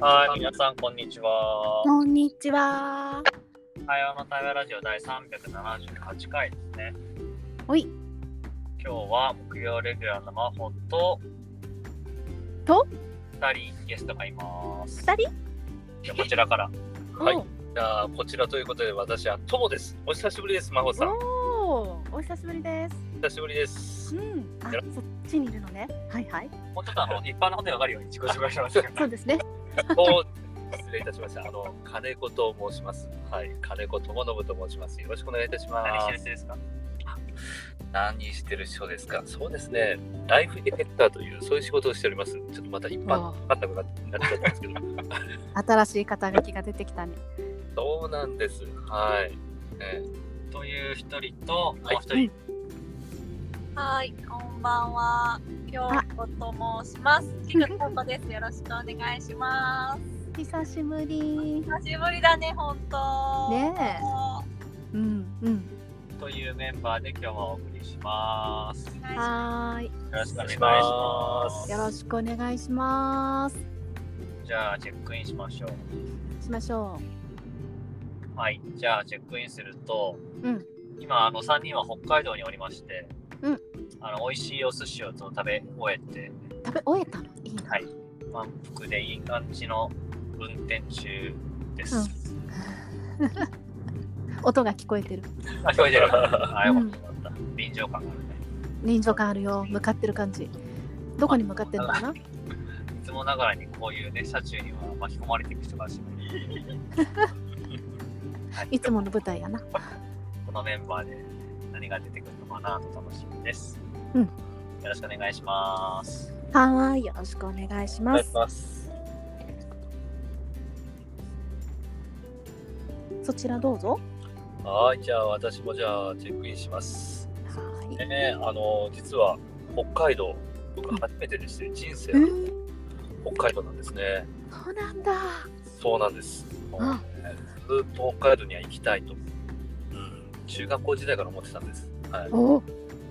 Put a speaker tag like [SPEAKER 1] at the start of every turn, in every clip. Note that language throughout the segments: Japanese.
[SPEAKER 1] はい、皆さん、こんにちは。
[SPEAKER 2] こんにちは。
[SPEAKER 1] 台湾の台湾ラジオ第378回ですね。
[SPEAKER 2] おい、
[SPEAKER 1] 今日は木曜レギュラーのマホと、
[SPEAKER 2] と
[SPEAKER 1] 2人ゲストがいます。
[SPEAKER 2] 二人
[SPEAKER 1] じゃあこちら から。はい
[SPEAKER 2] おう
[SPEAKER 1] じゃあ、こちらということで、私はともです。お久しぶりです、マホさん。
[SPEAKER 2] おー、お久しぶりです。
[SPEAKER 1] 久しぶりです。
[SPEAKER 2] うん。あ
[SPEAKER 1] よ、
[SPEAKER 2] そっちにいるのね。はいはい。
[SPEAKER 1] もうちょっとあの一般の方に分かるように自己紹介しますけど。
[SPEAKER 2] そうですね。
[SPEAKER 1] お失礼いたしました。あの金子と申します。はい、金子智信と申します。よろしくお願いいたし ます。何してるですか？何してる人ですか？そうですね。ライフディレクターというそういう仕事をしております。ちょっとまた一般
[SPEAKER 2] わ
[SPEAKER 1] あったくなっなっちゃったんです けど。
[SPEAKER 2] 新しい肩書きが出てきたね。
[SPEAKER 1] そうなんです。はい。ね、という一人ともう一人、
[SPEAKER 2] はい
[SPEAKER 3] はい、こんばんは。京子と申し ます。キクココです。よろしくお願いします。
[SPEAKER 2] 久しぶり。
[SPEAKER 3] 久しぶりだね、本当。
[SPEAKER 2] ねえうんうん。
[SPEAKER 1] というメンバーで今日はお送りします。
[SPEAKER 3] お願いしま
[SPEAKER 2] はーい。
[SPEAKER 1] よろしくお願いします。
[SPEAKER 2] よろしくお願いします。
[SPEAKER 1] じゃあチェックインしましょう。
[SPEAKER 2] しましょ
[SPEAKER 1] はい、じゃあチェックインすると、
[SPEAKER 2] うん
[SPEAKER 1] 今あの3人は北海道におりまして、
[SPEAKER 2] うん
[SPEAKER 1] あの美味しいお寿司をちょっと食べ終えて
[SPEAKER 2] う。食べ終えたの。いいな。
[SPEAKER 1] はい満腹でいい感じの運転中です。
[SPEAKER 2] うん音が聞こえてる。
[SPEAKER 1] あ聞こえてる。 あよか
[SPEAKER 2] う
[SPEAKER 1] っ
[SPEAKER 2] ん
[SPEAKER 1] たよかった。臨場感があるね。
[SPEAKER 2] 臨場感あるよ。向かってる感じ。どこに向かってるのかな。
[SPEAKER 1] いつもながらにこういうね車中には巻き込まれていく人がしまい。はい
[SPEAKER 2] いつもの舞台やな。
[SPEAKER 1] このメンバーで何が出てくるのかなと楽しみです。
[SPEAKER 2] うん
[SPEAKER 1] よろしくお願いします。
[SPEAKER 2] はーい。よろしくお願いし
[SPEAKER 1] お願
[SPEAKER 2] ま
[SPEAKER 1] いし
[SPEAKER 2] す。
[SPEAKER 1] ます。
[SPEAKER 2] そちらどうぞ。
[SPEAKER 4] はい、じゃあ私もじゃあチェックインします。
[SPEAKER 2] は
[SPEAKER 4] ねえ、あの実は北海道僕初めてでして人生
[SPEAKER 2] ーい。う
[SPEAKER 4] は
[SPEAKER 2] ん。
[SPEAKER 4] 北海道なんですね。
[SPEAKER 2] そうなんだ。
[SPEAKER 4] そうなんです。もうねずっと北海道には行きたいと、うん、中学校時代から思ってたんです。はい。ね
[SPEAKER 2] おお。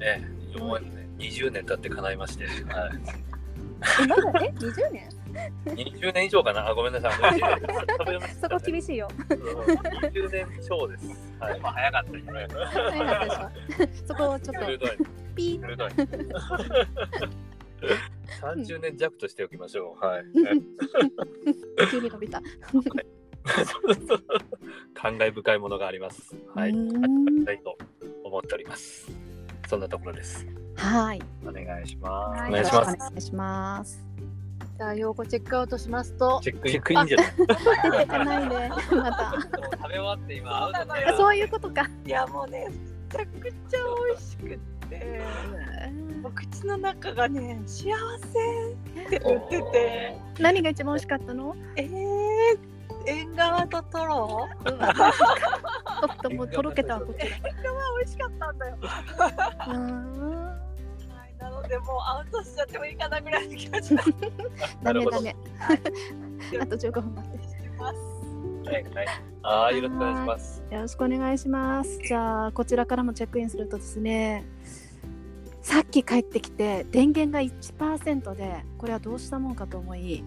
[SPEAKER 4] え、ようやくね20年経って叶いまして、は
[SPEAKER 2] えまだね、二十年。
[SPEAKER 4] い、20年以上かな。あごめんなさい。あの20年食べまし
[SPEAKER 2] そ
[SPEAKER 4] た
[SPEAKER 2] こ
[SPEAKER 4] ね
[SPEAKER 2] 厳しいよ。
[SPEAKER 4] うん20年超です。はい。
[SPEAKER 1] まあ早かったね。
[SPEAKER 2] 早かったでしょ。そこをちょっと
[SPEAKER 4] 鋭い。
[SPEAKER 2] ピー。
[SPEAKER 4] 鋭い。30年弱としておきましょ う。はい。
[SPEAKER 2] 急に伸びた。
[SPEAKER 4] 感慨深いものがあります。はい。
[SPEAKER 2] う
[SPEAKER 4] あ
[SPEAKER 2] ー
[SPEAKER 4] り
[SPEAKER 2] ん
[SPEAKER 4] がたいと思っております。そんなところです。
[SPEAKER 2] はい。
[SPEAKER 1] お願いしま
[SPEAKER 3] は
[SPEAKER 1] す。
[SPEAKER 3] い
[SPEAKER 4] お願いします
[SPEAKER 2] よろくお願いします。
[SPEAKER 5] じゃあ、用語チェックアウトしますと、
[SPEAKER 1] チェックイン。チェックインじゃない。
[SPEAKER 2] 出てかないね。ま
[SPEAKER 1] 食べ終わって今アウトだ
[SPEAKER 2] た。
[SPEAKER 1] よ。
[SPEAKER 2] そういうことか。
[SPEAKER 5] いや、もうね、めちゃくちゃ美味しくって、もう口の中がね、幸せって言ってて、
[SPEAKER 2] 何が一番美味しかったの？
[SPEAKER 5] えー、縁側とトロ
[SPEAKER 2] う わちょっともうとろけたわこっち
[SPEAKER 5] 美味しかったんだよ。
[SPEAKER 2] が。うーん
[SPEAKER 5] はい、なので、もうアウトしちゃってもいいかなぐらいの気持ちになっ
[SPEAKER 2] ダ
[SPEAKER 4] なる
[SPEAKER 2] メ
[SPEAKER 4] ほ
[SPEAKER 2] ダ
[SPEAKER 4] ど
[SPEAKER 2] メ。あと15分待って
[SPEAKER 5] ます。
[SPEAKER 1] はいはい。
[SPEAKER 4] はい、よろしくお願いします。
[SPEAKER 2] て。よろしくお願いします。じゃあこちらからもチェックインするとですね。さっき帰ってきて電源が1%でこれはどうしたもんかと思い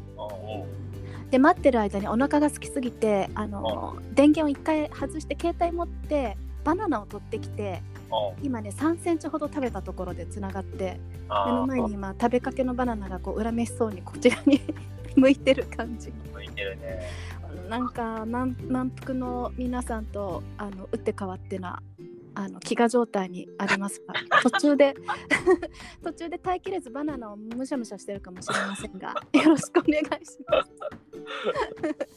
[SPEAKER 2] で待ってる間にお腹が空きすぎてあの電源を一回外して携帯持ってバナナを取ってきて今ね3センチほど食べたところでつながって目の前に今食べかけのバナナがこう裏飯そうにこちらに 向いてる感じ
[SPEAKER 1] 向いてるね。
[SPEAKER 2] なんか満満腹の皆さんとあの打って変わってなあの飢餓状態にあります が途中で途中で耐えきれずバナナをむしゃむしゃしてるかもしれませんがよろしくお願いしま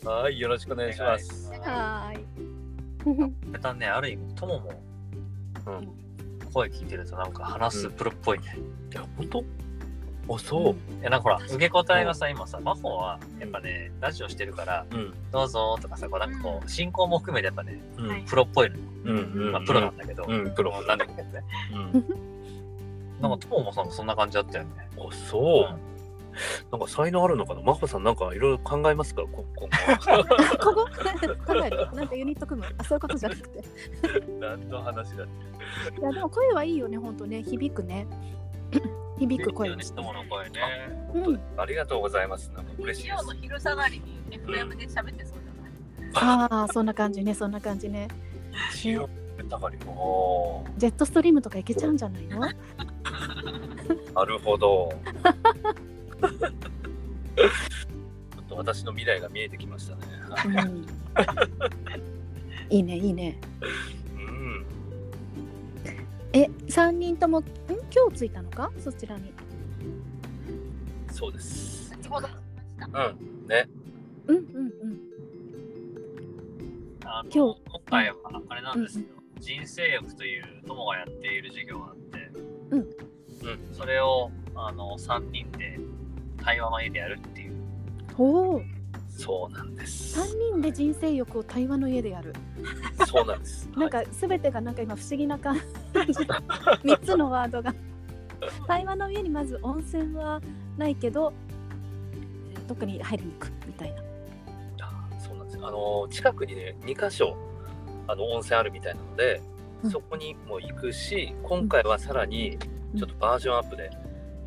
[SPEAKER 2] す。
[SPEAKER 4] はい、よろしくお願いします。
[SPEAKER 2] はーい
[SPEAKER 1] またねある意味友も
[SPEAKER 4] うん
[SPEAKER 1] 声聞いてるとなんか話すプロっぽいね。
[SPEAKER 4] いや、本当。あ、そう。
[SPEAKER 1] いやなんかほら受け答えがさ今さマホはやっぱねラジオしてるから
[SPEAKER 4] うん。
[SPEAKER 1] どうぞとかさこうなんかこう進行も含めてやっぱね
[SPEAKER 4] うん。
[SPEAKER 3] はい
[SPEAKER 1] プロっぽいのよ。
[SPEAKER 4] うん。うん。
[SPEAKER 1] まあプロなんだけど。
[SPEAKER 4] うん、プロ。
[SPEAKER 1] なんだけどね。
[SPEAKER 4] うん。
[SPEAKER 1] なんか友もさんもそんな感じだったよね。
[SPEAKER 4] あ、そう。なんか才能あるのかな、まこさん、なんかいろいろ考えますか、こ、 こ。
[SPEAKER 2] こ こ考えるなんかユニット組むあそういうことじゃなくてい
[SPEAKER 4] 何の話だって。
[SPEAKER 2] やでも声はいいよね本当ね響くね響く声
[SPEAKER 1] よ
[SPEAKER 2] で
[SPEAKER 1] ね
[SPEAKER 2] す
[SPEAKER 1] 友の声ね。
[SPEAKER 2] うん
[SPEAKER 4] ありがとうございます。なんか嬉しいで
[SPEAKER 3] す。今日
[SPEAKER 4] す
[SPEAKER 3] の。昼下がりに FM で喋ってそうじゃない、
[SPEAKER 2] ああ、そんな感じね、そんな感じね。
[SPEAKER 4] 塩だかりも
[SPEAKER 2] ジェットストリームとか行けちゃうんじゃないの
[SPEAKER 4] なるほどちょっと私の未来が見えてきましたね、
[SPEAKER 2] うん、いいね、いいね。
[SPEAKER 4] うん
[SPEAKER 2] え、三人とも、ん今日着いたのかそちらに。
[SPEAKER 4] そうです
[SPEAKER 3] 先ほど話しました。
[SPEAKER 4] うんね
[SPEAKER 2] うんうんうん。
[SPEAKER 1] あの
[SPEAKER 2] 今日
[SPEAKER 1] 今回はあれなんですよ、人生欲という友がやっている授業があって、
[SPEAKER 2] うん
[SPEAKER 1] うんそれをあの3人で対話の家でやるっていう
[SPEAKER 2] ほう。
[SPEAKER 4] そうなんです
[SPEAKER 2] 三人で人生欲を対話の家でやる。
[SPEAKER 4] そうなんです
[SPEAKER 2] なんかすべてがなんか今不思議な 感じ。三つのワードが。対話の家にまず温泉はないけど。どっかに入りに行くみたいな。
[SPEAKER 4] あそうなんですよあの近くにね2箇所あの温泉あるみたいなので、
[SPEAKER 2] うん
[SPEAKER 4] そこにも行くし今回はさらにちょっとバージョンアップで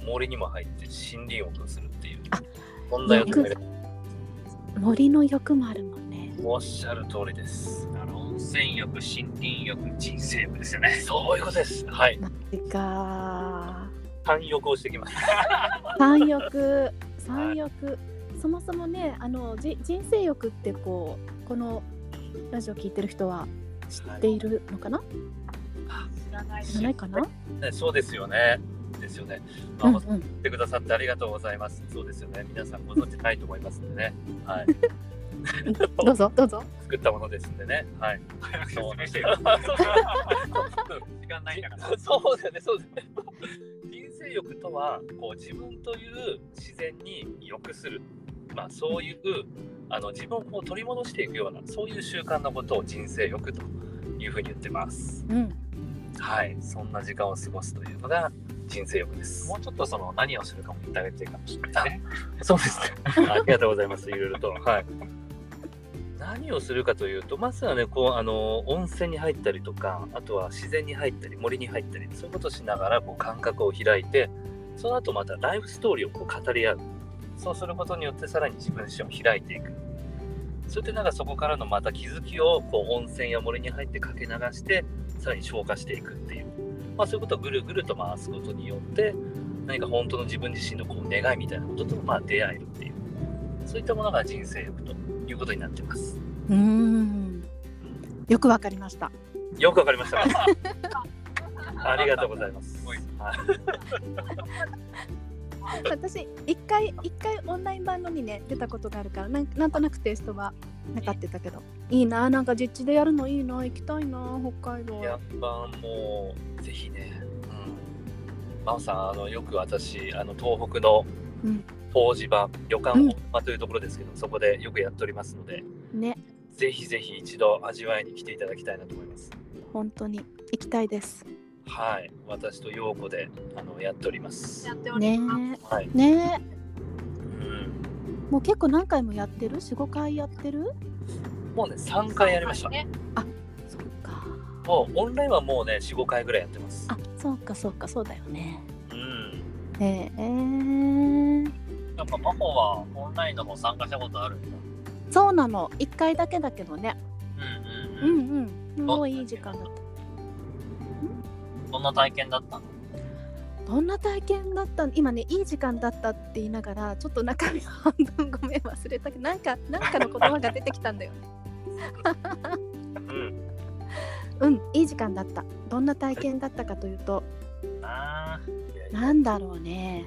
[SPEAKER 4] 森にも入って森林浴をするっていう
[SPEAKER 2] あ
[SPEAKER 4] そんな予定
[SPEAKER 2] よ
[SPEAKER 4] で
[SPEAKER 2] 森の欲もあるもんね。
[SPEAKER 4] おっしゃる通りです
[SPEAKER 1] あの温泉浴森林浴人生浴ですよね
[SPEAKER 4] そういうことですはい
[SPEAKER 2] マジか
[SPEAKER 4] 単浴をしてきました
[SPEAKER 2] ー。三欲。三欲。そもそもね、あのじ人生欲ってこう、この。ラジオ聞いてる人は。知っているのかな。
[SPEAKER 3] 知らないで
[SPEAKER 2] 知
[SPEAKER 3] す
[SPEAKER 2] らないかな。
[SPEAKER 4] ねそうですよねですよね、まあ、
[SPEAKER 2] うん
[SPEAKER 4] お
[SPEAKER 2] う
[SPEAKER 4] っし
[SPEAKER 2] ん。
[SPEAKER 4] ゃってくださってありがとうございますそうですよね皆さんご存知ないと思いますんでねはい
[SPEAKER 2] どうぞ、どうぞ。
[SPEAKER 4] 作ったものですんでねはい
[SPEAKER 1] 早く説
[SPEAKER 4] そう
[SPEAKER 1] 明して よ時間ないんだから
[SPEAKER 4] そうだよね、そうだよね。人生欲とは、こう自分という自然に欲する。まあ、そういう、あの自分をこう取り戻していくような、そういう習慣のことを人生欲というふうに言ってます。
[SPEAKER 2] うん。
[SPEAKER 4] はい、そんな時間を過ごすというのが人生欲です
[SPEAKER 1] も。うちょっとその何をするかも言ってあげていいかもしれないね
[SPEAKER 4] そうですね。ありがとうございます。いろいろと。はい。何をするかというと、まずはね、こう、あの、温泉に入ったりとか、あとは自然に入ったり、森に入ったり、そういうことをしながら、こう、感覚を開いて、その後またライフストーリーをこう語り合う。そうすることによって、さらに自分自身を開いていく。それでなんかそこからのまた気づきを、こう、温泉や森に入ってかけ流して、さらに消化していくっていう。まあ、そういうことをぐるぐると回すことによって、何か本当の自分自身のこう願いみたいなこととまあ出会えるっていうそういったものが人生欲ということになってます
[SPEAKER 2] うーん。よくわかりました。
[SPEAKER 4] よくわかりましたありがとうございます
[SPEAKER 1] すごい
[SPEAKER 4] はい
[SPEAKER 2] 私一回一回オンライン版のにね出たことがあるからなんなんとなくテイストはなかってたけど。いいななんか実地でやるのいいな行きたいな北海道。
[SPEAKER 4] やっぱもうぜひねうん真央さんあのよく私あの東北の
[SPEAKER 2] うん
[SPEAKER 4] 湯治場、旅館
[SPEAKER 2] うん
[SPEAKER 4] まあというところですけど、そこでよくやっておりますので
[SPEAKER 2] ね
[SPEAKER 4] ぜひぜひ一度味わいに来ていただきたいなと思います
[SPEAKER 2] 本当に行きたいです。
[SPEAKER 4] はい私と陽子であのやっております
[SPEAKER 3] やっており
[SPEAKER 2] ね
[SPEAKER 3] ます。
[SPEAKER 4] はい、
[SPEAKER 2] ね
[SPEAKER 4] うん
[SPEAKER 2] もう結構何回もやってる四五回やってる。
[SPEAKER 4] もうね、3回やりました。
[SPEAKER 3] ね、
[SPEAKER 2] そっか。
[SPEAKER 4] もうオンラインはもうね、4、5回ぐらいやってます。
[SPEAKER 2] あそうかそうかそうだよね。
[SPEAKER 4] うん。
[SPEAKER 2] えー、
[SPEAKER 1] やっぱ真帆はオンラインの方参加したことあるんだ
[SPEAKER 2] そうなの一回だけだけどね。
[SPEAKER 1] うん
[SPEAKER 2] うんうん。すごいいい時間だった。
[SPEAKER 1] どんな体験だったの
[SPEAKER 2] どんな体験だったの今ねいい時間だったって言いながらちょっと中身半分ごめん忘れたけどなんかなんかの言葉が出てきたんだよね
[SPEAKER 4] う
[SPEAKER 2] う
[SPEAKER 4] ん。
[SPEAKER 2] んいい時間だったどんな体験だったかというと
[SPEAKER 1] なあ
[SPEAKER 2] なんだろうね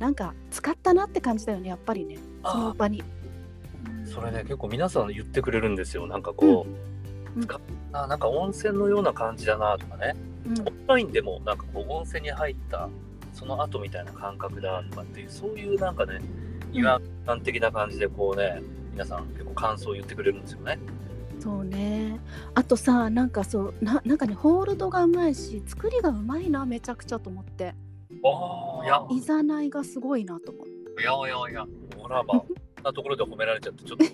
[SPEAKER 2] なんか使ったなって感じだよねやっぱりねその
[SPEAKER 4] あ
[SPEAKER 2] 場に
[SPEAKER 4] それね、結構皆さん言ってくれるんですよ。なんかこう、
[SPEAKER 2] うん
[SPEAKER 4] 使ったなんか温泉のような感じだなとかね。
[SPEAKER 2] うん
[SPEAKER 4] オンラインでもなんかこう、温泉に入ったその後みたいな感覚だとかっていう、そういうなんかね、違和感的な感じでこうね、皆さん結構感想を言ってくれるんですよね。
[SPEAKER 2] そうねあとさなんかそうななんかねホールドがうまいし作りがうまいなめちゃくちゃと思って
[SPEAKER 4] あ
[SPEAKER 1] いや
[SPEAKER 2] いざないがすごいなと思って
[SPEAKER 1] おやおやおや
[SPEAKER 4] ほらば、こんなところで褒められちゃって、ちょっと。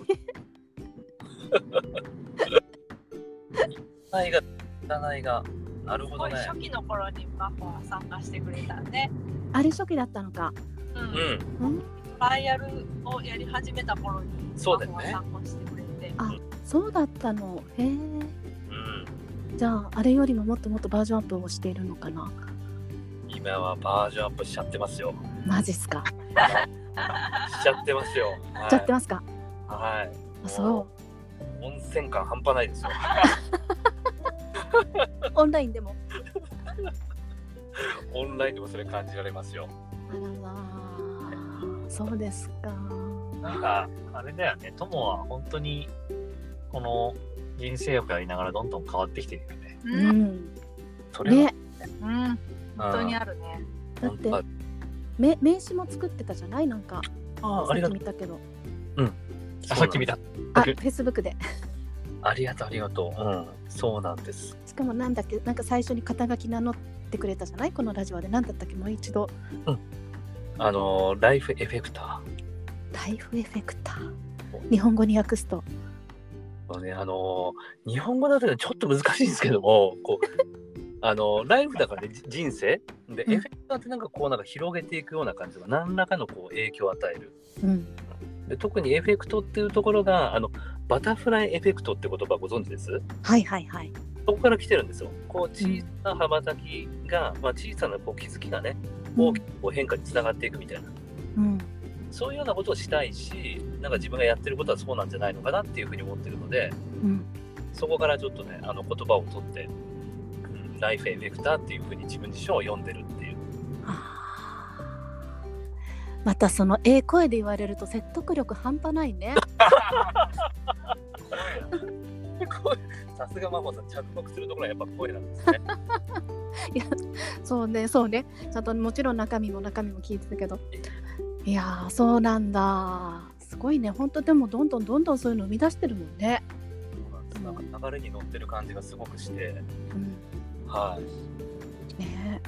[SPEAKER 4] 占いが、占いが、なる
[SPEAKER 3] す
[SPEAKER 4] ほ
[SPEAKER 3] ご
[SPEAKER 4] ど
[SPEAKER 3] い
[SPEAKER 4] ね。
[SPEAKER 3] 初期の頃にマコは参加してくれたね。
[SPEAKER 2] あれ初期だったのか
[SPEAKER 3] う。
[SPEAKER 4] うんん、
[SPEAKER 2] うん
[SPEAKER 3] ライアルをやり始めた頃に
[SPEAKER 4] そうだよね
[SPEAKER 3] スマホを参考にしてくれて
[SPEAKER 2] あそうだったのへえ
[SPEAKER 4] うん
[SPEAKER 2] じゃああれよりももっともっとバージョンアップをしているのかな
[SPEAKER 4] 今はバージョンアップしちゃってますよ。
[SPEAKER 2] マジっすか
[SPEAKER 4] しちゃってますよ。はい
[SPEAKER 2] ちゃってますか
[SPEAKER 4] はい。。
[SPEAKER 2] あそう
[SPEAKER 4] 温泉感半端ないですよ。
[SPEAKER 2] うオンラインでも
[SPEAKER 4] オンラインでもそれ感じられますよ。
[SPEAKER 2] あらまあそうですか
[SPEAKER 1] なんか、あれだよね、友は本当に、この人生欲やりながらどんどん変わってきてるよね。
[SPEAKER 3] う、
[SPEAKER 2] うんん
[SPEAKER 1] それは、
[SPEAKER 2] ね
[SPEAKER 3] うん、本当に
[SPEAKER 4] あ
[SPEAKER 3] あるね
[SPEAKER 2] だってめ名刺も作ってたじゃないなんか
[SPEAKER 1] あ
[SPEAKER 2] さ
[SPEAKER 1] ありが
[SPEAKER 2] っ
[SPEAKER 1] とう。
[SPEAKER 2] き見たけど
[SPEAKER 1] あさっき見た。
[SPEAKER 2] あフ
[SPEAKER 1] 僕
[SPEAKER 2] ェイスブックで
[SPEAKER 4] ありがとう、ありがとう。うん。そうなんです。
[SPEAKER 2] しかもなんだっけなんか最初に肩書き名乗ってくれたじゃないこのラジオで何だったっけもう一度
[SPEAKER 4] あの、ライフエフェクタ
[SPEAKER 2] ライフエフェクター日本語に訳すと
[SPEAKER 4] ーのね、あの、日本語だとちょっと難しいんですけども、こう、あの、ライフだからね、じ人生で、
[SPEAKER 2] うん
[SPEAKER 4] エフェクターってなんかこう、なんか広げていくような感じが、何らかのこう影響を与える。
[SPEAKER 2] うん
[SPEAKER 4] で特にエフェクトっていうところがあのバタフライエフェクトって言葉ご存知です
[SPEAKER 2] はいはいはい
[SPEAKER 4] そこから来てるんですよこう小さな羽ばたきが、まあ、小さなこう気づきがね大きくこう変化につながっていくみたいな、
[SPEAKER 2] うん
[SPEAKER 4] そういうようなことをしたいしなんか自分がやってることはそうなんじゃないのかなっていうふうに思ってるので
[SPEAKER 2] うん
[SPEAKER 4] そこからちょっとねあの言葉を取って、うんライフエフェクターっていうふうに自分自身を読んでるっていう
[SPEAKER 2] あーまたそのええ声で言われると説得力半端ないね
[SPEAKER 4] さすが真帆さん着目するところはやっぱ声なんですね
[SPEAKER 2] いやそうねそうねちゃんともちろん中身も中身も聞いてたけどいやーそうなんだすごいね本当でもどんどんどんどんそういうの生み出してるもんね、
[SPEAKER 4] そうなんですなんか流れに乗ってる感じがすごくして
[SPEAKER 2] うん、
[SPEAKER 4] はい、
[SPEAKER 2] ね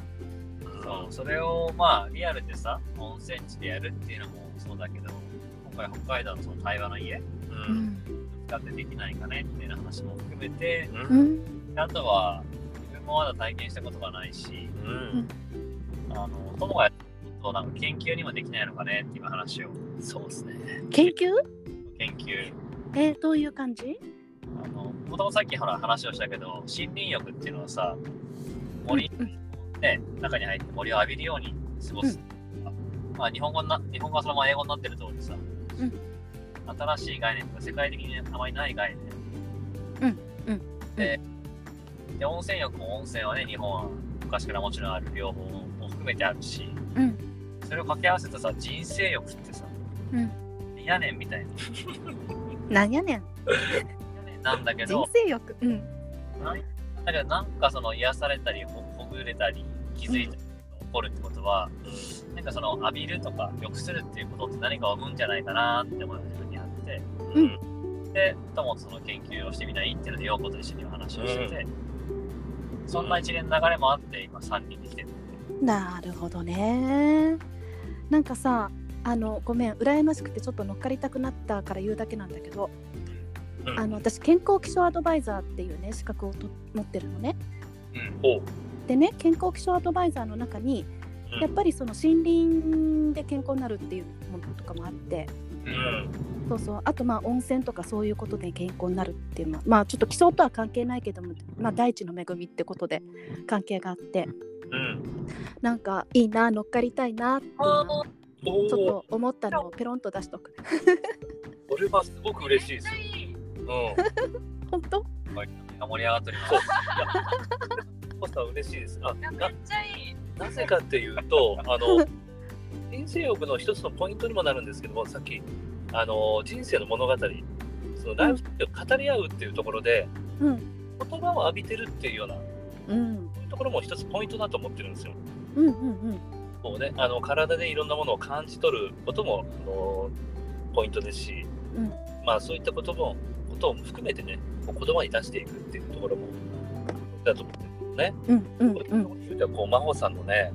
[SPEAKER 1] そう、それをまあリアルでさ、温泉地でやるっていうのもそうだけど、今回北海道のその対話の家、う、
[SPEAKER 2] うんん
[SPEAKER 1] 使ってできないかねみたいな話も含めて、
[SPEAKER 4] う
[SPEAKER 2] うんん
[SPEAKER 1] あとは自分もまだ体験したことがないし、
[SPEAKER 4] うん
[SPEAKER 1] あの友がやってることをなんか研究にもできないのかねっていう話を、そうですね。
[SPEAKER 2] 研究
[SPEAKER 1] 研究。
[SPEAKER 2] えーどういう感じ
[SPEAKER 1] あの、もともとさっきほら話をしたけど、森林浴っていうのはさ、森
[SPEAKER 2] うん
[SPEAKER 1] ね、中に入って森を浴びるように過ごすとか、まあ日本語な日本語はそのまま英語になってる通りさ、
[SPEAKER 2] うん
[SPEAKER 1] 新しい概念とか世界的にあまりない概念、
[SPEAKER 2] うんうん
[SPEAKER 1] でで温泉浴も温泉はね日本は昔からもちろんある両方も含めてあるし、
[SPEAKER 2] うん
[SPEAKER 1] それを掛け合わせたさ人生欲ってさ、
[SPEAKER 2] うん
[SPEAKER 1] 屋根みたいな
[SPEAKER 2] なんやねん
[SPEAKER 1] 屋根なんだけど
[SPEAKER 2] 人生欲うん
[SPEAKER 1] なんだけどなんかその癒されたりほほぐれたり気づいたり起こるってことは、なんかその浴びるとか良くするっていうことって何かを生むんじゃないかなって思いが自分にあって、でともその研究をしてみないっていうので陽子と一緒にお話をしてて、そんな一連の流れもあって今3人で来てる
[SPEAKER 2] なるほどねなんかさあのごめん羨ましくてちょっと乗っかりたくなったから言うだけなんだけど、
[SPEAKER 4] うん
[SPEAKER 2] あの私健康気象アドバイザーっていうね資格をと持ってるのね
[SPEAKER 1] うん
[SPEAKER 4] おう
[SPEAKER 2] でね健康気象アドバイザーの中に
[SPEAKER 4] うん
[SPEAKER 2] やっぱりその森林で健康になるっていうものとかもあって
[SPEAKER 4] うん
[SPEAKER 2] そうそうあとまあ温泉とかそういうことで健康になるっていうのはまあちょっと気象とは関係ないけども、まあ、大地の恵みってことで関係があって
[SPEAKER 4] うん
[SPEAKER 2] なんかいいな乗っかりたいなっていうのはちょ
[SPEAKER 4] お
[SPEAKER 2] っ
[SPEAKER 4] お
[SPEAKER 2] と思ったのをペロンと出しとく。
[SPEAKER 4] これはすごく嬉しいですようん
[SPEAKER 2] 本当
[SPEAKER 1] 盛り上がっております
[SPEAKER 4] そう。コさん嬉しいです。あ、
[SPEAKER 3] いやめ
[SPEAKER 4] な
[SPEAKER 3] っちゃいい
[SPEAKER 4] なぜかっていうと、 あの人生欲の一つのポイントにもなるんですけども、さっきあの人生の物語、そのライフスタイルを語り合うっていうところで、
[SPEAKER 2] うん。
[SPEAKER 4] 言葉を浴びてるっていうような
[SPEAKER 2] うん。
[SPEAKER 4] そういうところも一つポイントだと思ってるんですよ。
[SPEAKER 2] うんうん
[SPEAKER 4] こうね、あの体でいろんなものを感じ取ることもあのポイントですし、
[SPEAKER 2] うん
[SPEAKER 4] まあそういったこともことも含めてね、こう言葉に出していくっていうところもだと思ってるんですね。
[SPEAKER 2] うん。うんうん
[SPEAKER 4] そういう
[SPEAKER 2] う
[SPEAKER 4] と
[SPEAKER 2] ん
[SPEAKER 4] ころについてはこう真帆さんのね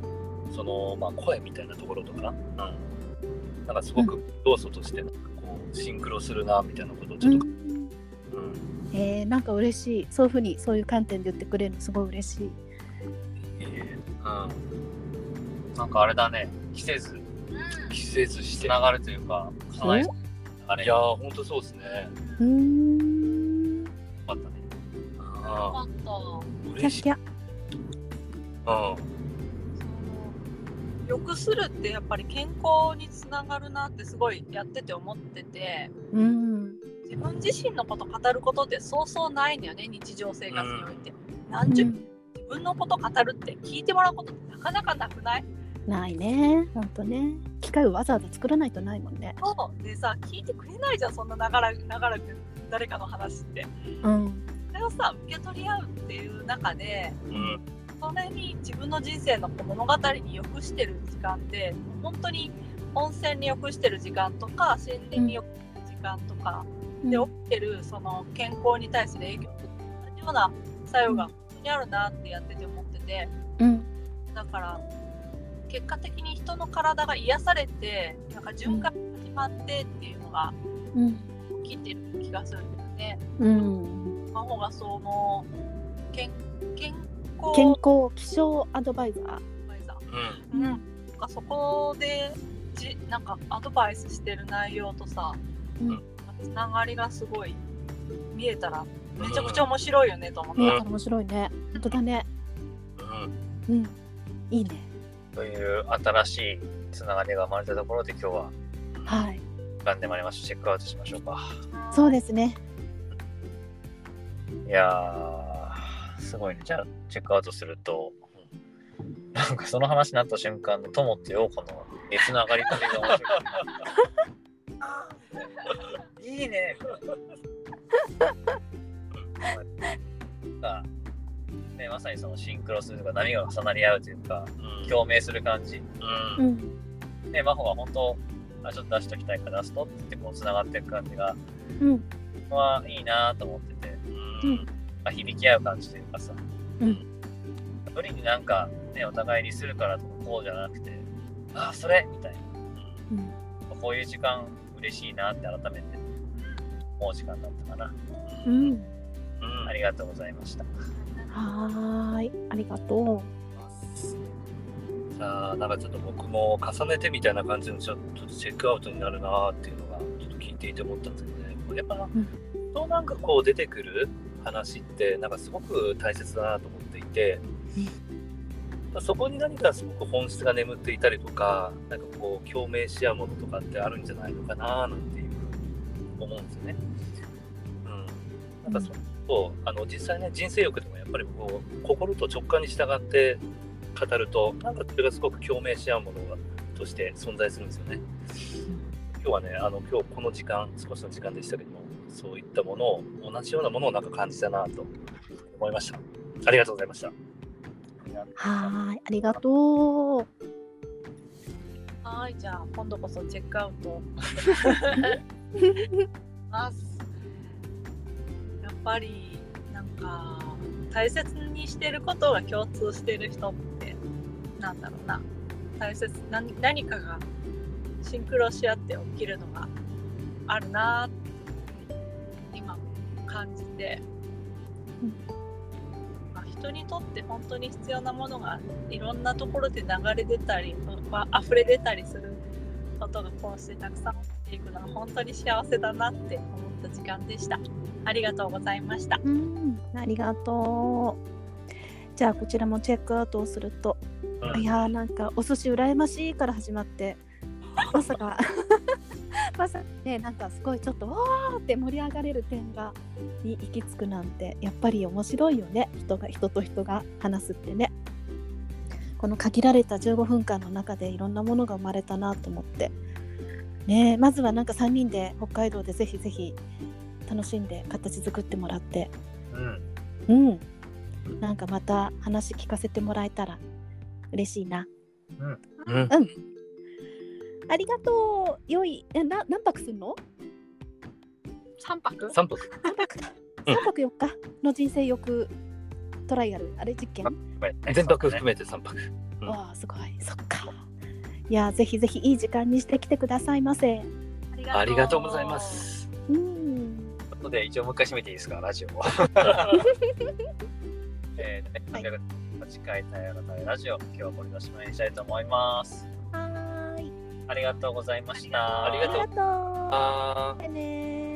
[SPEAKER 4] その、まあ、声みたいなところとか、うん、なんかすごく要素としてなんかこうシンクロするなみたいなことをち
[SPEAKER 2] う
[SPEAKER 4] ょっと、
[SPEAKER 2] ん。
[SPEAKER 4] うん
[SPEAKER 2] えー、なんか嬉しい。そういうふうにそういう観点で言ってくれるのすごい嬉しい。
[SPEAKER 4] え
[SPEAKER 1] うんなんかあれだね、着せず、
[SPEAKER 4] 季節して
[SPEAKER 1] つながるというか重なりあれ
[SPEAKER 4] いやー本当そうですね
[SPEAKER 2] うーん。
[SPEAKER 4] よかったね
[SPEAKER 3] よか
[SPEAKER 4] あ
[SPEAKER 3] った
[SPEAKER 4] あ
[SPEAKER 2] キャ
[SPEAKER 4] 嬉しい
[SPEAKER 2] キャ。
[SPEAKER 4] うん
[SPEAKER 3] そのよくするってやっぱり健康につながるなってすごいやってて思ってて
[SPEAKER 2] うん。
[SPEAKER 3] 自分自身のこと語ることってそうそうないのよね日常生活において、
[SPEAKER 2] う
[SPEAKER 3] 何十分
[SPEAKER 2] ん
[SPEAKER 3] 自分のこと語るって聞いてもらうことってなかなかなくない
[SPEAKER 2] ないね。本当ね。機械をわざわざ作らないとないもんね。
[SPEAKER 3] そうでさ聞いてくれないじゃんそんな流れ流れて誰かの話って
[SPEAKER 2] うん。
[SPEAKER 3] それをさ受け取り合うっていう中で
[SPEAKER 4] うん
[SPEAKER 3] それに自分の人生の物語に欲してる時間って本当に温泉に欲してる時間とか森林に欲してる時間とか、で起きてるその健康に対する影響と同じような作用が本当にあるなってやってて思ってて
[SPEAKER 2] うん。
[SPEAKER 3] だから結果的に人の体が癒されてなんか循環が始まってっていうのが
[SPEAKER 2] うん。
[SPEAKER 3] 起きてる気がするんだよね。
[SPEAKER 2] うん。
[SPEAKER 3] 真帆がそう思う健健康
[SPEAKER 2] 健康気象アドバイザー。
[SPEAKER 4] うん
[SPEAKER 3] うん、なんかそこでじなんかアドバイスしてる内容とさ、
[SPEAKER 2] うん
[SPEAKER 3] つながりがすごい見えたらめちゃくちゃ面白いよねと思って、
[SPEAKER 2] 見えたら面白いね。本当だね。
[SPEAKER 4] うん
[SPEAKER 2] うん。いいね。
[SPEAKER 1] という新しいつながりが生まれたところで今日は
[SPEAKER 2] はい。
[SPEAKER 1] 掴んでまいりましたチェックアウトしましょうか
[SPEAKER 2] そうですね。
[SPEAKER 1] いやーすごいねじゃあチェックアウトするとなんかその話になった瞬間の友ってようこの熱の上がり方が面白いいいねなんかねまさにそのシンクロするとか波が重なり合うというか
[SPEAKER 4] うん
[SPEAKER 1] 共鳴する感じ
[SPEAKER 4] うん
[SPEAKER 2] うん。
[SPEAKER 1] ね真帆が本当あちょっと出しときたいから出すとって言ってこうつながっていく感じが
[SPEAKER 2] うん。
[SPEAKER 1] はいいなと思ってて、
[SPEAKER 2] うん
[SPEAKER 1] まあ、響き合う感じというかさ、
[SPEAKER 2] うん
[SPEAKER 1] 無理になんかねお互いにするからとかこうじゃなくてああそれみたい
[SPEAKER 2] うん。
[SPEAKER 1] なこういう時間嬉しいなって改めて思う時間だったかな、
[SPEAKER 2] うん。
[SPEAKER 4] うん
[SPEAKER 1] ありがとうございました
[SPEAKER 2] はーい。ありがと
[SPEAKER 4] さあなんかちょっと僕も重ねてみたいな感じのちょっとチェックアウトになるなっていうのがちょっと聞いていて思ったんですけどねやっぱ、
[SPEAKER 2] ん
[SPEAKER 4] そうなんかこう出てくる話ってなんかすごく大切だなと思っていて、そこに何かすごく本質が眠っていたりとかなんかこう共鳴し合うものとかってあるんじゃないのかななんていうふうに思うんですよね。うん、なんかそうあの実際ね人生欲でもやっぱりこう心と直感に従って語るとなんかそれがすごく共鳴し合うものがとして存在するんですよね。今日はねあの今日この時間少しの時間でしたけどもそういったものを同じようなものをなんか感じたなと思いました。ありがとうございました。
[SPEAKER 2] う。はーい。ありがとう。
[SPEAKER 3] はいじゃあ今度こそチェックアウトますやっぱりなんか大切にしてることが共通してる人ってなんだろうな大切な何かがシンクロし合って起きるのがあるなって今感じて、
[SPEAKER 2] うん
[SPEAKER 3] まあ人にとって本当に必要なものがいろんなところで流れ出たり、まあ溢れ出たりすることがこうしてたくさん起きていくのが本当に幸せだなって思った時間でした。ありがとうございました。
[SPEAKER 2] うん。ありがとう。じゃあこちらもチェックアウトをすると、
[SPEAKER 4] うん
[SPEAKER 2] いやーなんかお寿司羨ましいから始まってまさか まさかねなんかすごいちょっとわーって盛り上がれる点がに行き着くなんてやっぱり面白いよね人が人と人が話すってねこの限られた15分間の中でいろんなものが生まれたなと思ってねえまずはなんか3人で北海道でぜひぜひ楽しんで形作ってもらって
[SPEAKER 4] うん、
[SPEAKER 2] うん。なんかまた話聞かせてもらえたら嬉しいな。
[SPEAKER 4] うん
[SPEAKER 2] ありがとう。良い。えな何泊するの
[SPEAKER 3] 三泊
[SPEAKER 4] 三泊うん
[SPEAKER 2] ？3泊4日の人生欲トライアルあれ実験？
[SPEAKER 4] 全泊含めて三泊。うん
[SPEAKER 2] わあすごい。そっか。いやぜひぜひいい時間にしてきてくださいませ。
[SPEAKER 4] ありがとうございま。す。
[SPEAKER 2] う
[SPEAKER 1] と
[SPEAKER 2] ん。
[SPEAKER 1] いうことで一応もう一回締めていいですかラジオを えー、第308回平らなラジオ今日はこれでおしまいにしたいと思います
[SPEAKER 2] はーい。
[SPEAKER 4] ありがとうございました。
[SPEAKER 1] ありがとう。あ
[SPEAKER 2] あ
[SPEAKER 1] ー
[SPEAKER 2] りがとう。ね